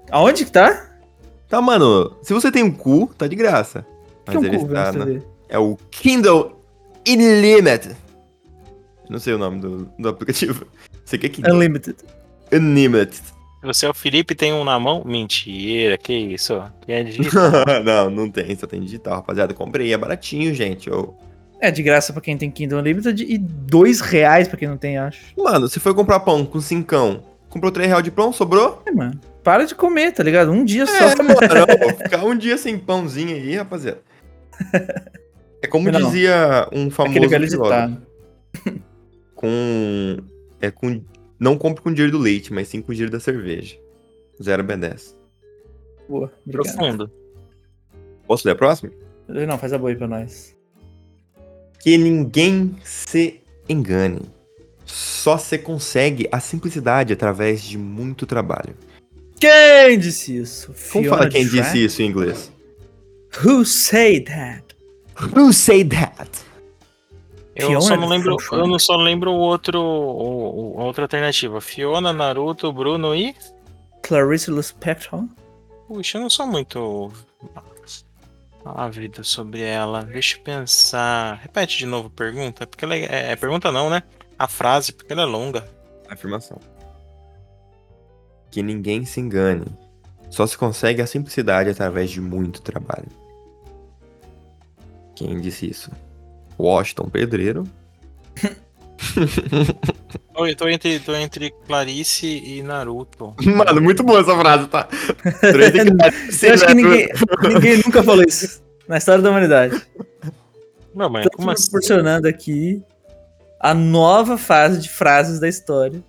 B: Aonde que tá?
A: Tá, mano. Se você tem um cu, tá de graça.
B: Que é um
A: ele
B: cu,
A: está
B: Vênus
A: na-
B: TV.
A: É o Kindle Unlimited. Eu Não sei o nome do, do aplicativo. Você quer Kindle?
B: Unlimited.
A: Unlimited.
C: Você é o Felipe tem um na mão? Mentira, que isso? Que é disso?
A: não, não tem, só tem digital, rapaziada. Comprei, é baratinho, gente. Eu...
B: É de graça pra quem tem Kindle Unlimited e dois reais pra quem não tem, acho.
A: Mano, você foi comprar pão com cincão, comprou 3 reais de pão, sobrou?
B: É, mano. Para de comer, tá ligado? Um dia só.
A: É, mano, vou ficar um dia sem pãozinho aí, rapaziada. É como
B: Não.
A: dizia um
B: Aquele
A: famoso
B: velho
A: filósofo,
B: ditado.
A: com... É com... Não compre com dinheiro do leite, mas sim com dinheiro da cerveja. 0 B10.
B: Boa, obrigado.
C: Profundo.
A: Posso ler a próxima?
B: Não, faz a boa aí pra nós.
A: Que ninguém se engane. Só se consegue a simplicidade através de muito trabalho.
B: Quem disse isso?
A: Como fala quem disse isso em inglês?
B: isso? Who said that?
A: Who say that?
C: Eu
B: Fiona
C: só
B: do
C: não lembro,
B: Frank
C: eu
B: Furter.
C: não só lembro o outro, o, o- outra alternativa. Fiona, Naruto, Bruno e
B: Clarice Lispector?
C: Puxa, eu não sou muito ávido sobre ela. Deixa eu pensar. Repete de novo a pergunta, porque ela é, é- é pergunta não, né? A frase, porque ela é longa.
A: Afirmação. Que ninguém se engane. Só se consegue a simplicidade através de muito trabalho. Quem disse isso? Washington Pedreiro.
C: Oi, Eu tô entre, tô entre Clarice e Naruto.
A: Mano, muito boa essa frase, tá?
B: Eu
A: né,
B: acho que ninguém, ninguém nunca falou isso na história da humanidade.
C: Não, mas como
B: Estamos
C: assim?
B: proporcionando aqui a nova fase de frases da história.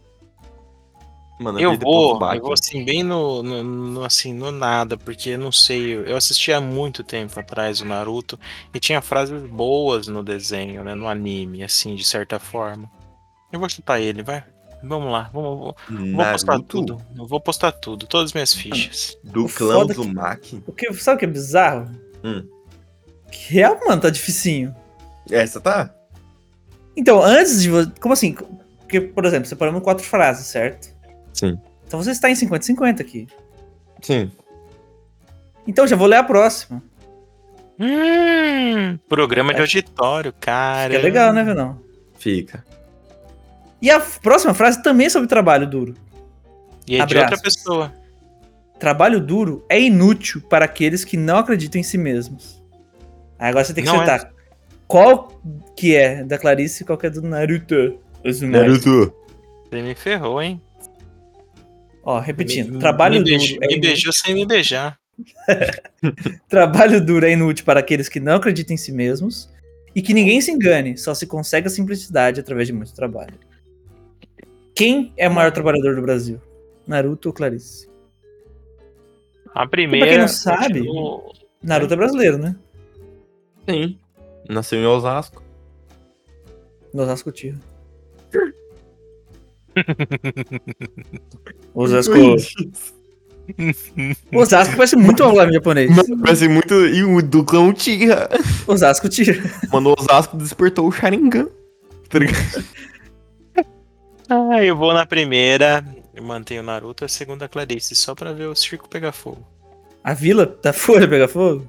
A: Mano,
C: Eu
A: né? vida é
C: vou,
A: ponto baque.
C: eu vou assim, bem no, no- no, assim, no nada, porque eu não sei, eu assisti há muito tempo atrás o Naruto e tinha frases boas no desenho, né, no anime, assim, de certa forma. Eu vou chutar ele, vai. Vamos lá, vamos, vou, vou postar
A: Naruto
C: tudo. Eu vou postar tudo, todas as minhas
B: Ah.
C: fichas.
A: do
B: O
A: clã
B: foda
A: do
B: que-
A: Mac.
B: O que, sabe o que é bizarro?
A: Hum.
B: Que real, mano, tá dificinho.
A: Essa tá?
B: Então, antes de você. Como assim? Porque, por exemplo, separamos quatro frases, certo?
A: Sim.
B: Então você está em 50-50 aqui.
A: Sim.
B: Então já vou ler a próxima.
C: Hum, programa de auditório, cara.
B: É. Que é legal, né, Venão?
A: Fica.
B: E a f- próxima frase também é sobre trabalho duro.
C: E é de
B: Abre
C: outra
B: aspas.
C: pessoa.
B: Trabalho duro é inútil para aqueles que não acreditam em si mesmos. Aí Agora você tem que
C: Não é.
B: acertar. Qual que é da Clarice e qual que é do Naruto? Esse moleque.
A: Naruto.
C: Você me ferrou, hein?
B: Ó, repetindo.
C: Me-
B: trabalho,
C: me
B: duro
C: beijou-
B: é
C: me
B: inútil,
C: beijou sem me beijar.
B: trabalho duro é inútil para aqueles que não acreditam em si mesmos. E que ninguém se engane, só se consegue a simplicidade através de muito trabalho. Quem é o maior trabalhador do Brasil? Naruto ou Clarice?
C: A primeira.
B: quem não sabe-
C: continua-
B: Naruto é brasileiro, né?
A: Sim. Nasceu em Osasco.
B: Nos Osasco Tiro. Osasco. Osasco parece muito um anime japonês.
A: Mano, parece é muito. E o do clã Uchiha.
B: Osasco Tiro.
A: Mano, o Osasco despertou o Sharingan. Tá ligado?
C: Ah, eu vou na primeira. Eu mantenho o Naruto, a segunda a Clarice, só pra ver o circo pegar fogo.
B: A vila da Folha pega fogo?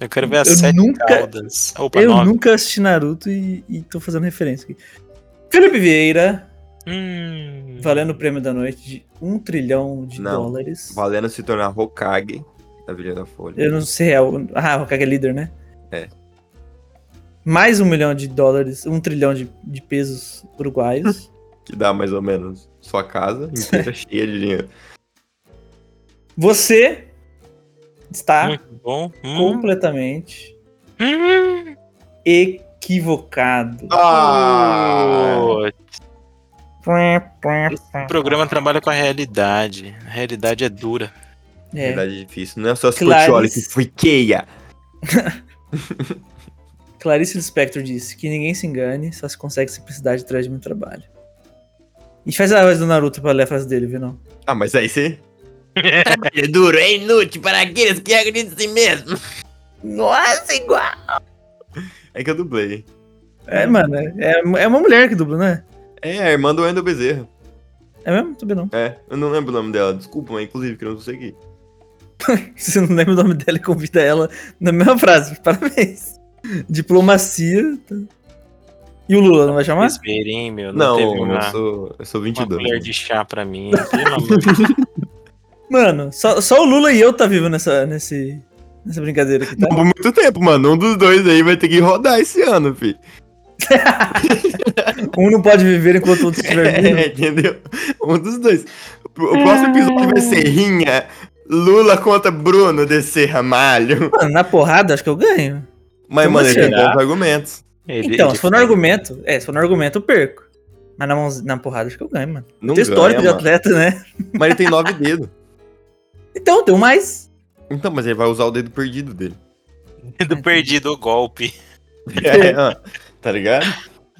C: Eu quero ver as
B: Eu
C: sete
B: nunca-
C: caudas. Opa,
B: Eu
C: nove.
B: nunca assisti Naruto e, e tô fazendo referência aqui. Felipe Vieira,
C: Hum.
B: valendo o prêmio da noite de um trilhão de
A: Não.
B: dólares.
A: Valendo se tornar Hokage da Vila da Folha.
B: Eu não sei real. Ah, o Kage é líder, né?
A: É.
B: Mais um milhão de dólares, um trilhão de, de pesos uruguaios.
A: Que dá mais ou menos sua casa inteira cheia de dinheiro.
B: Você está
C: Muito bom. Hum.
B: completamente
C: Hum.
B: equivocado.
A: Ah!
B: É,
C: O programa trabalha com a realidade. A realidade é dura.
B: É.
A: Verdade difícil. Não é só as
B: Clarice.
A: Portioli que friqueia.
B: Clarice Lispector disse que ninguém se engane, só se consegue simplicidade atrás de muito trabalho. E faz a voz do Naruto pra ler a frase dele, viu não?
A: Ah, mas aí você.
D: É duro, é inútil para aqueles que acreditam em si mesmo. Nossa, igual.
A: É que eu dublei.
B: É, mano, é, é- é uma mulher que dubla, né?
A: É, a irmã do Wendel Bezerra.
B: É mesmo? Não sabia não.
A: É, eu não lembro o nome dela. Desculpa, mas inclusive que eu não consegui.
B: Se você não lembra o nome dela e convida ela na mesma frase, parabéns. Diplomacia. tá. E o Lula não vai chamar?
C: Vocês verem, meu.
A: Não,
C: Não, teve uma,
A: eu sou, eu sou
C: uma
A: 22.
C: colher de chá pra mim. Pelo amor de Deus.
B: Mano, só, só o Lula e eu tá vivo nessa, nesse, nessa brincadeira aqui, tá?
A: Não, por muito tempo, mano. Um dos dois aí vai ter que rodar esse ano, fi.
B: Um não pode viver enquanto o outro estiver vivo.
A: É, entendeu? Um dos dois. O próximo episódio vai ser Rinha. Lula contra Bruno DC Ramalho.
B: Mano, na porrada acho que eu ganho.
A: Mas,
B: Como
A: mano, ele tem
C: será?
A: bons argumentos.
C: Ele-
B: Então,
C: ele
B: se for no
C: fala-
B: argumento, é, se for no argumento eu perco. Mas na, mão, na porrada acho que eu ganho, mano.
A: Não
B: tem histórico
A: ganha,
B: de atleta, né?
A: mano. Mas ele tem nove dedos.
B: Então, tem um mais.
A: Então, mas ele vai usar o dedo perdido dele.
B: né?
C: Do perdido o golpe.
A: É, ó, tá ligado?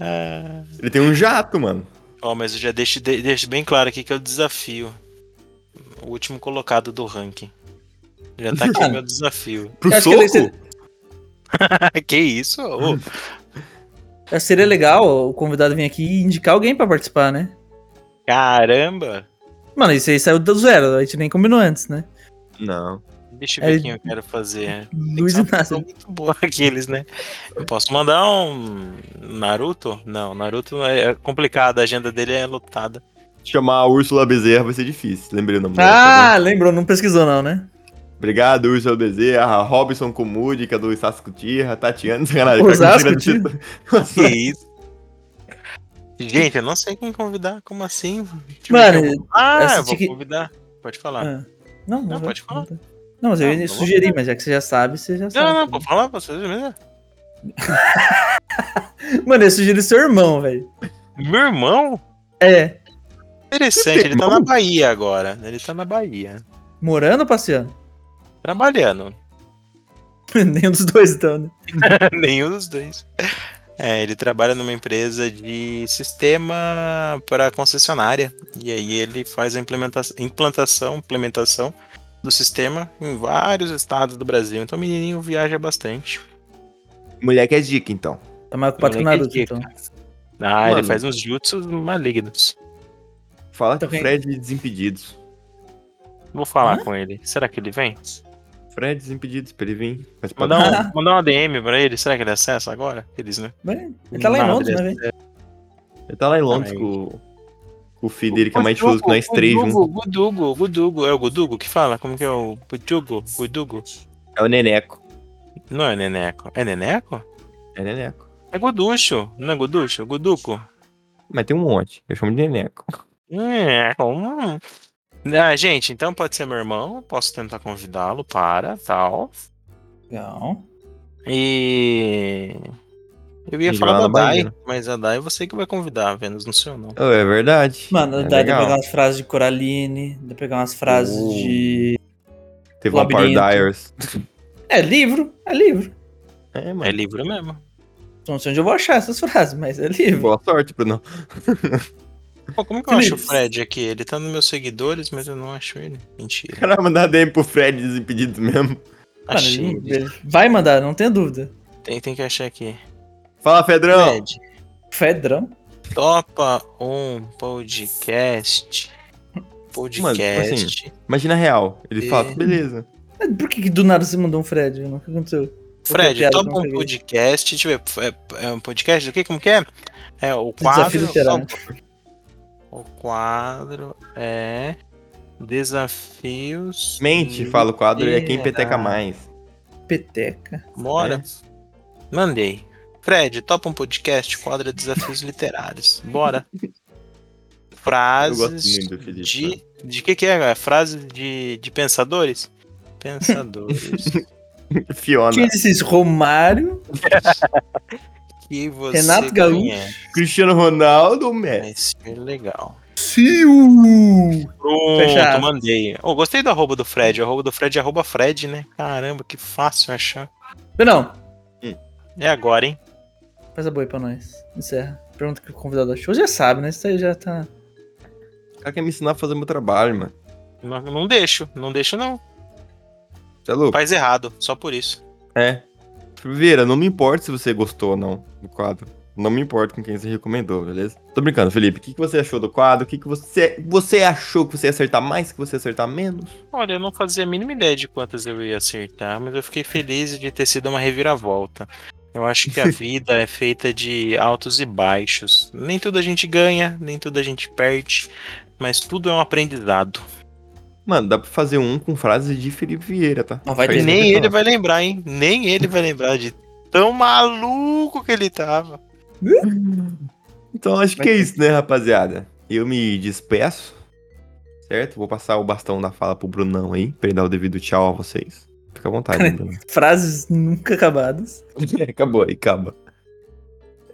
C: Ah.
A: Ele tem um jato, mano.
C: Ó, mas eu já deixo, de- deixo bem claro aqui que é o desafio. O último colocado do ranking. Já tá aqui o meu desafio.
A: Pro
B: Eu acho que
A: soco?
B: ele-
C: que isso? Ô,
B: Acho que Seria legal o convidado vir aqui e indicar alguém pra participar, né?
C: caramba!
B: Mano, isso aí saiu do zero, a gente nem combinou antes, né?
A: Não.
C: Deixa eu ver
B: É-
C: quem eu quero fazer. Tem que
B: Luiz
C: ser uma pessoa é
B: Inácio.
C: muito boa aqueles, né? Eu posso mandar um Naruto? Não, Naruto é complicado, a agenda dele é lotada.
A: Chamar a Úrsula Bezerra vai ser difícil. Lembrei o nome
C: é,
A: dela, tá
B: Ah, lembrou, não pesquisou não, né?
A: bom? Obrigado, Úrsula Bezerra. Robson Comudi, que é do Sasco Tirra. Tatiana, sacanagem.
B: Osasco
A: cara, que tá eu tiro-
C: Que isso? Gente, eu não sei quem convidar, como assim? Deixa eu ver quem eu
B: Mano,
C: vou- ah,
B: essa
C: eu vou
B: tique-
C: convidar. Pode falar.
B: ah, não, não,
C: Não,
B: vai-
C: pode falar.
B: Não, mas eu
C: Ah,
B: ia
C: tá bom.
B: sugerir, mas já que você já sabe, você já
C: Não,
B: sabe. tá
C: não, não, pode falar pra vocês mesmo.
B: Mano, eu sugeri é seu irmão, velho.
C: Meu irmão?
B: É,
C: Interessante, ele tá
A: irmão?
C: na Bahia agora. Ele tá na Bahia.
B: morando ou passeando?
C: Trabalhando.
B: Nenhum dos dois, então, né?
C: Nenhum dos dois. É, ele trabalha numa empresa de sistema para concessionária. E aí ele faz a implementa- implantação, implementação do sistema em vários estados do Brasil. Então o menininho viaja bastante.
A: Moleque é dica, então.
B: Tá mais ocupado com o
C: Moleque
B: Naruto,
C: é dica.
B: então.
C: Ah,
A: Mano.
C: ele faz uns jutsus malignos.
A: Fala
B: Então
A: com o
B: quem-
A: Fred de Desimpedidos.
C: Vou falar
B: Hã?
C: com ele. Será que ele
A: Tá
C: vem?
A: Fred Desimpedidos, pra ele vir. Mas pode-
C: Mandar um, mandar um ADM pra ele. Será que ele acessa agora? Eles, né?
B: Bem, Ele tá lá em
C: Nada,
B: Londres, né,
C: ele-
B: velho?
A: Ele tá lá em Londres
C: Aí.
A: com, o- com o filho dele, que é mais chulo que nós três
C: Gudugo,
A: juntos.
C: Gudugo, Gudugo. É o Gudugo que fala? Como que é o Gudugo? Gudugo?
A: É o Neneco.
C: Não é Neneco. É Neneco?
A: É Neneco.
C: É Guducho. Não é Guducho? Guduco.
A: Mas tem um monte. Eu chamo de Neneco.
C: É, hum. Ah, gente, então pode ser meu irmão. Posso tentar convidá-lo para tal.
B: Não.
C: E. Eu ia
A: Ele
C: falar
A: lá
C: da
A: na
C: Dai,
A: Bahia, né?
C: mas a Dai é você que vai convidar, Vênus, não sou eu não.
A: Oh, é verdade.
B: Mano,
A: é
B: dá dá pra
A: legal.
B: pegar umas frases de Coraline, dá pra pegar umas frases
A: Uh.
B: de.
A: The Vampire
B: labirinto.
A: Diaries.
B: É livro, é livro.
A: É,
C: É
A: mano.
C: livro mesmo.
B: Não sei onde eu vou achar essas frases, mas é livro.
A: Boa sorte, Bruno.
C: Pô, como é que eu acho o
B: Felipe.
C: Fred aqui? Ele tá nos meus seguidores, mas eu não acho ele. Mentira.
A: Cara, mandar DM pro Fred desimpedido mesmo.
B: Mano,
C: Achei
B: ele-
C: ele.
B: ele vai mandar, não tenha dúvida.
C: Tem, tem que achar aqui.
A: Fala,
B: É.
A: Fedrão.
C: Fred,
B: Fedrão.
C: topa um podcast.
A: tipo assim,
C: Podcast.
A: Imagina a real. Ele
C: É.
A: fala, beleza.
B: Mas Por que, que do nada você mandou um Fred? irmão? O que aconteceu? Qualquer
C: Fred,
B: piada
A: tá
B: que é?
C: topa
B: não
C: um
B: peguei.
C: podcast. Deixa eu ver. É, é um podcast do que? Como que é? É o
B: Desafio
C: quadro. um
B: literário.
C: O quadro é. Desafios.
A: Mente,
C: li-
A: fala o quadro, e é quem
B: Ih,
A: peteca
C: ah.
A: mais.
B: Peteca.
C: Bora. Mandei. Fred, topa um podcast, quadra Desafios Literários. Bora.
A: Eu gosto
C: Frases
A: muito né? do Felipe,
C: de. De que que é? cara? Frases de, de pensadores? Pensadores.
A: Fiona.
B: Quem é disse isso? Romário?
C: que você
B: Renato Gaúcho.
C: conhece.
A: Cristiano Ronaldo ou Messi?
C: Esse é legal.
B: Sil!
C: Pronto,
B: Fechado.
C: mandei. Oh, gostei do arroba do Fred. O arroba do Fred é arroba Fred, né? Caramba, que fácil achar.
B: Não,
C: É agora, hein?
B: faz a boa aí pra nós. Encerra. Pergunta que o convidado achou. Já sabe, né? Isso aí já tá.
A: O cara quer me ensinar a fazer meu trabalho, mano.
C: Não, não deixo, não deixo não.
A: Você é louco?
C: Faz errado, só por isso.
A: É. Vira, não me importa se você gostou ou não do quadro. Não me importa com quem você recomendou, beleza? Tô brincando, Felipe. O que, que você achou do quadro? O que, que você. Você achou que você ia acertar mais, que você ia acertar menos?
C: Olha, eu não fazia a mínima ideia de quantas eu ia acertar, mas eu fiquei feliz de ter sido uma reviravolta. Eu acho que a vida é feita de altos e baixos. Nem tudo a gente ganha, nem tudo a gente perde, mas tudo é um aprendizado.
A: Mano, dá pra fazer um com frases de Felipe Vieira, tá?
B: Não vai
A: Faz
B: ter.
A: isso
C: nem
A: que eu
C: ele
A: falo.
C: vai lembrar, hein? Nem ele vai lembrar de tão maluco que ele tava.
A: Então acho que é isso, né, rapaziada? Eu me despeço, certo? Vou passar o bastão da fala pro Brunão aí, pra ele dar o devido tchau a vocês. Fica à vontade, Bruno.
B: Frases nunca acabadas.
A: Acabou aí, acaba.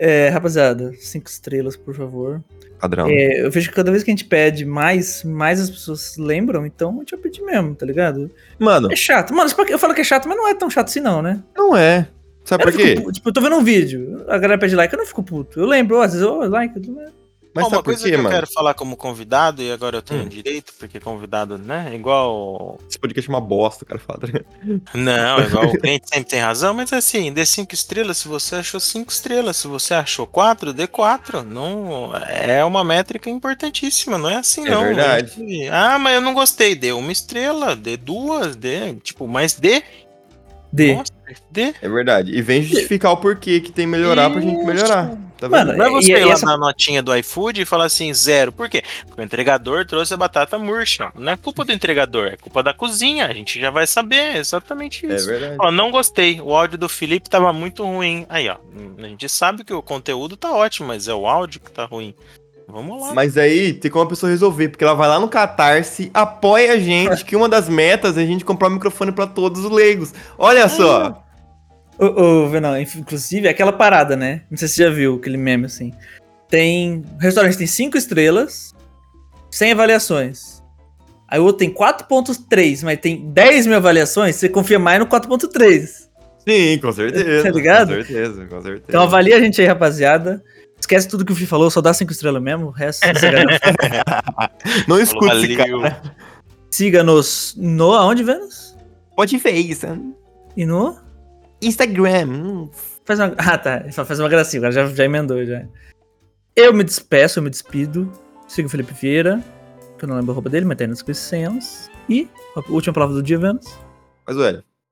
B: É, rapaziada, cinco estrelas, por favor.
C: Tá
A: Padrão.
B: É, eu vejo que cada vez que a gente pede mais, mais as pessoas lembram, então a gente vai pedir mesmo, tá ligado?
A: Mano,
B: É chato. Mano, isso- eu falo que é chato, mas não é tão chato assim, não, né?
A: não é. Sabe
B: Eu não
A: por quê?
B: fico puto. Tipo, eu tô vendo um vídeo, a galera pede like, eu não fico puto. Eu lembro, às vezes, ô, like. mas-
A: Mas
C: Bom,
A: sabe
C: uma
A: por
C: coisa
A: quê,
C: que eu
A: mano?
C: quero falar como convidado, e agora eu tenho
A: Hum.
C: direito, porque convidado, né? Igual.
A: Esse podcast é uma bosta, o cara fala. tá ligado?
C: Não, igual o cliente sempre tem razão, mas assim, dê cinco estrelas, se você achou cinco estrelas, se você achou quatro, dê quatro. Não, é uma métrica importantíssima, não é assim,
A: É
C: não.
A: verdade.
C: gente. Ah, mas eu não gostei. Dê uma estrela, dê duas, dê. Tipo, mas dê.
B: D.
C: Nossa, dê.
A: É verdade. E vem justificar o porquê que tem que melhorar pra gente melhorar. Tá
B: Mano,
A: vendo?
C: Não é você
B: E- e
C: ir lá
B: essa-
C: na notinha do iFood e falar assim, zero. Por quê? Porque o entregador trouxe a batata murcha. Não é culpa do entregador, é culpa da cozinha. A gente já vai saber, é exatamente
A: É
C: isso.
A: verdade.
C: Ó, não gostei, o áudio do Felipe tava muito ruim. Aí, ó, a gente sabe que o conteúdo tá ótimo, mas é o áudio que tá ruim. Vamos lá.
A: Mas aí tem como a pessoa resolver, porque ela vai lá no Catarse, apoia a gente, que uma das metas é a gente comprar um microfone pra todos os leigos. Olha
C: Ah.
A: só!
B: Ô, ô, Venão, inf- inclusive, é aquela parada, né? Não sei se você já viu aquele meme assim. Tem. O restaurante tem cinco estrelas, sem avaliações. Aí o outro tem 4.3, mas tem 10 mil avaliações, você confia mais no 4.3.
A: Sim, com certeza.
B: Tá ligado?
A: Com certeza, com certeza.
B: Então avalia a gente aí, rapaziada. Esquece tudo que o Fih falou, só dá cinco estrelas mesmo. O resto você garante.
A: Não
C: Falou,
A: escuta esse cara.
C: valeu.
B: Siga-nos no. Aonde, Vênus?
A: Spotify,
B: E no.
A: Instagram. hum.
B: Faz uma... Ah, tá. Ele fala, faz uma gracinha, o cara já, já emendou já. Eu me despeço, eu me despido. Sigo o Felipe Vieira, que eu não lembro a roupa dele, mas tá aí nas descrições. E a última palavra do dia, Vênus.
A: Mas olha,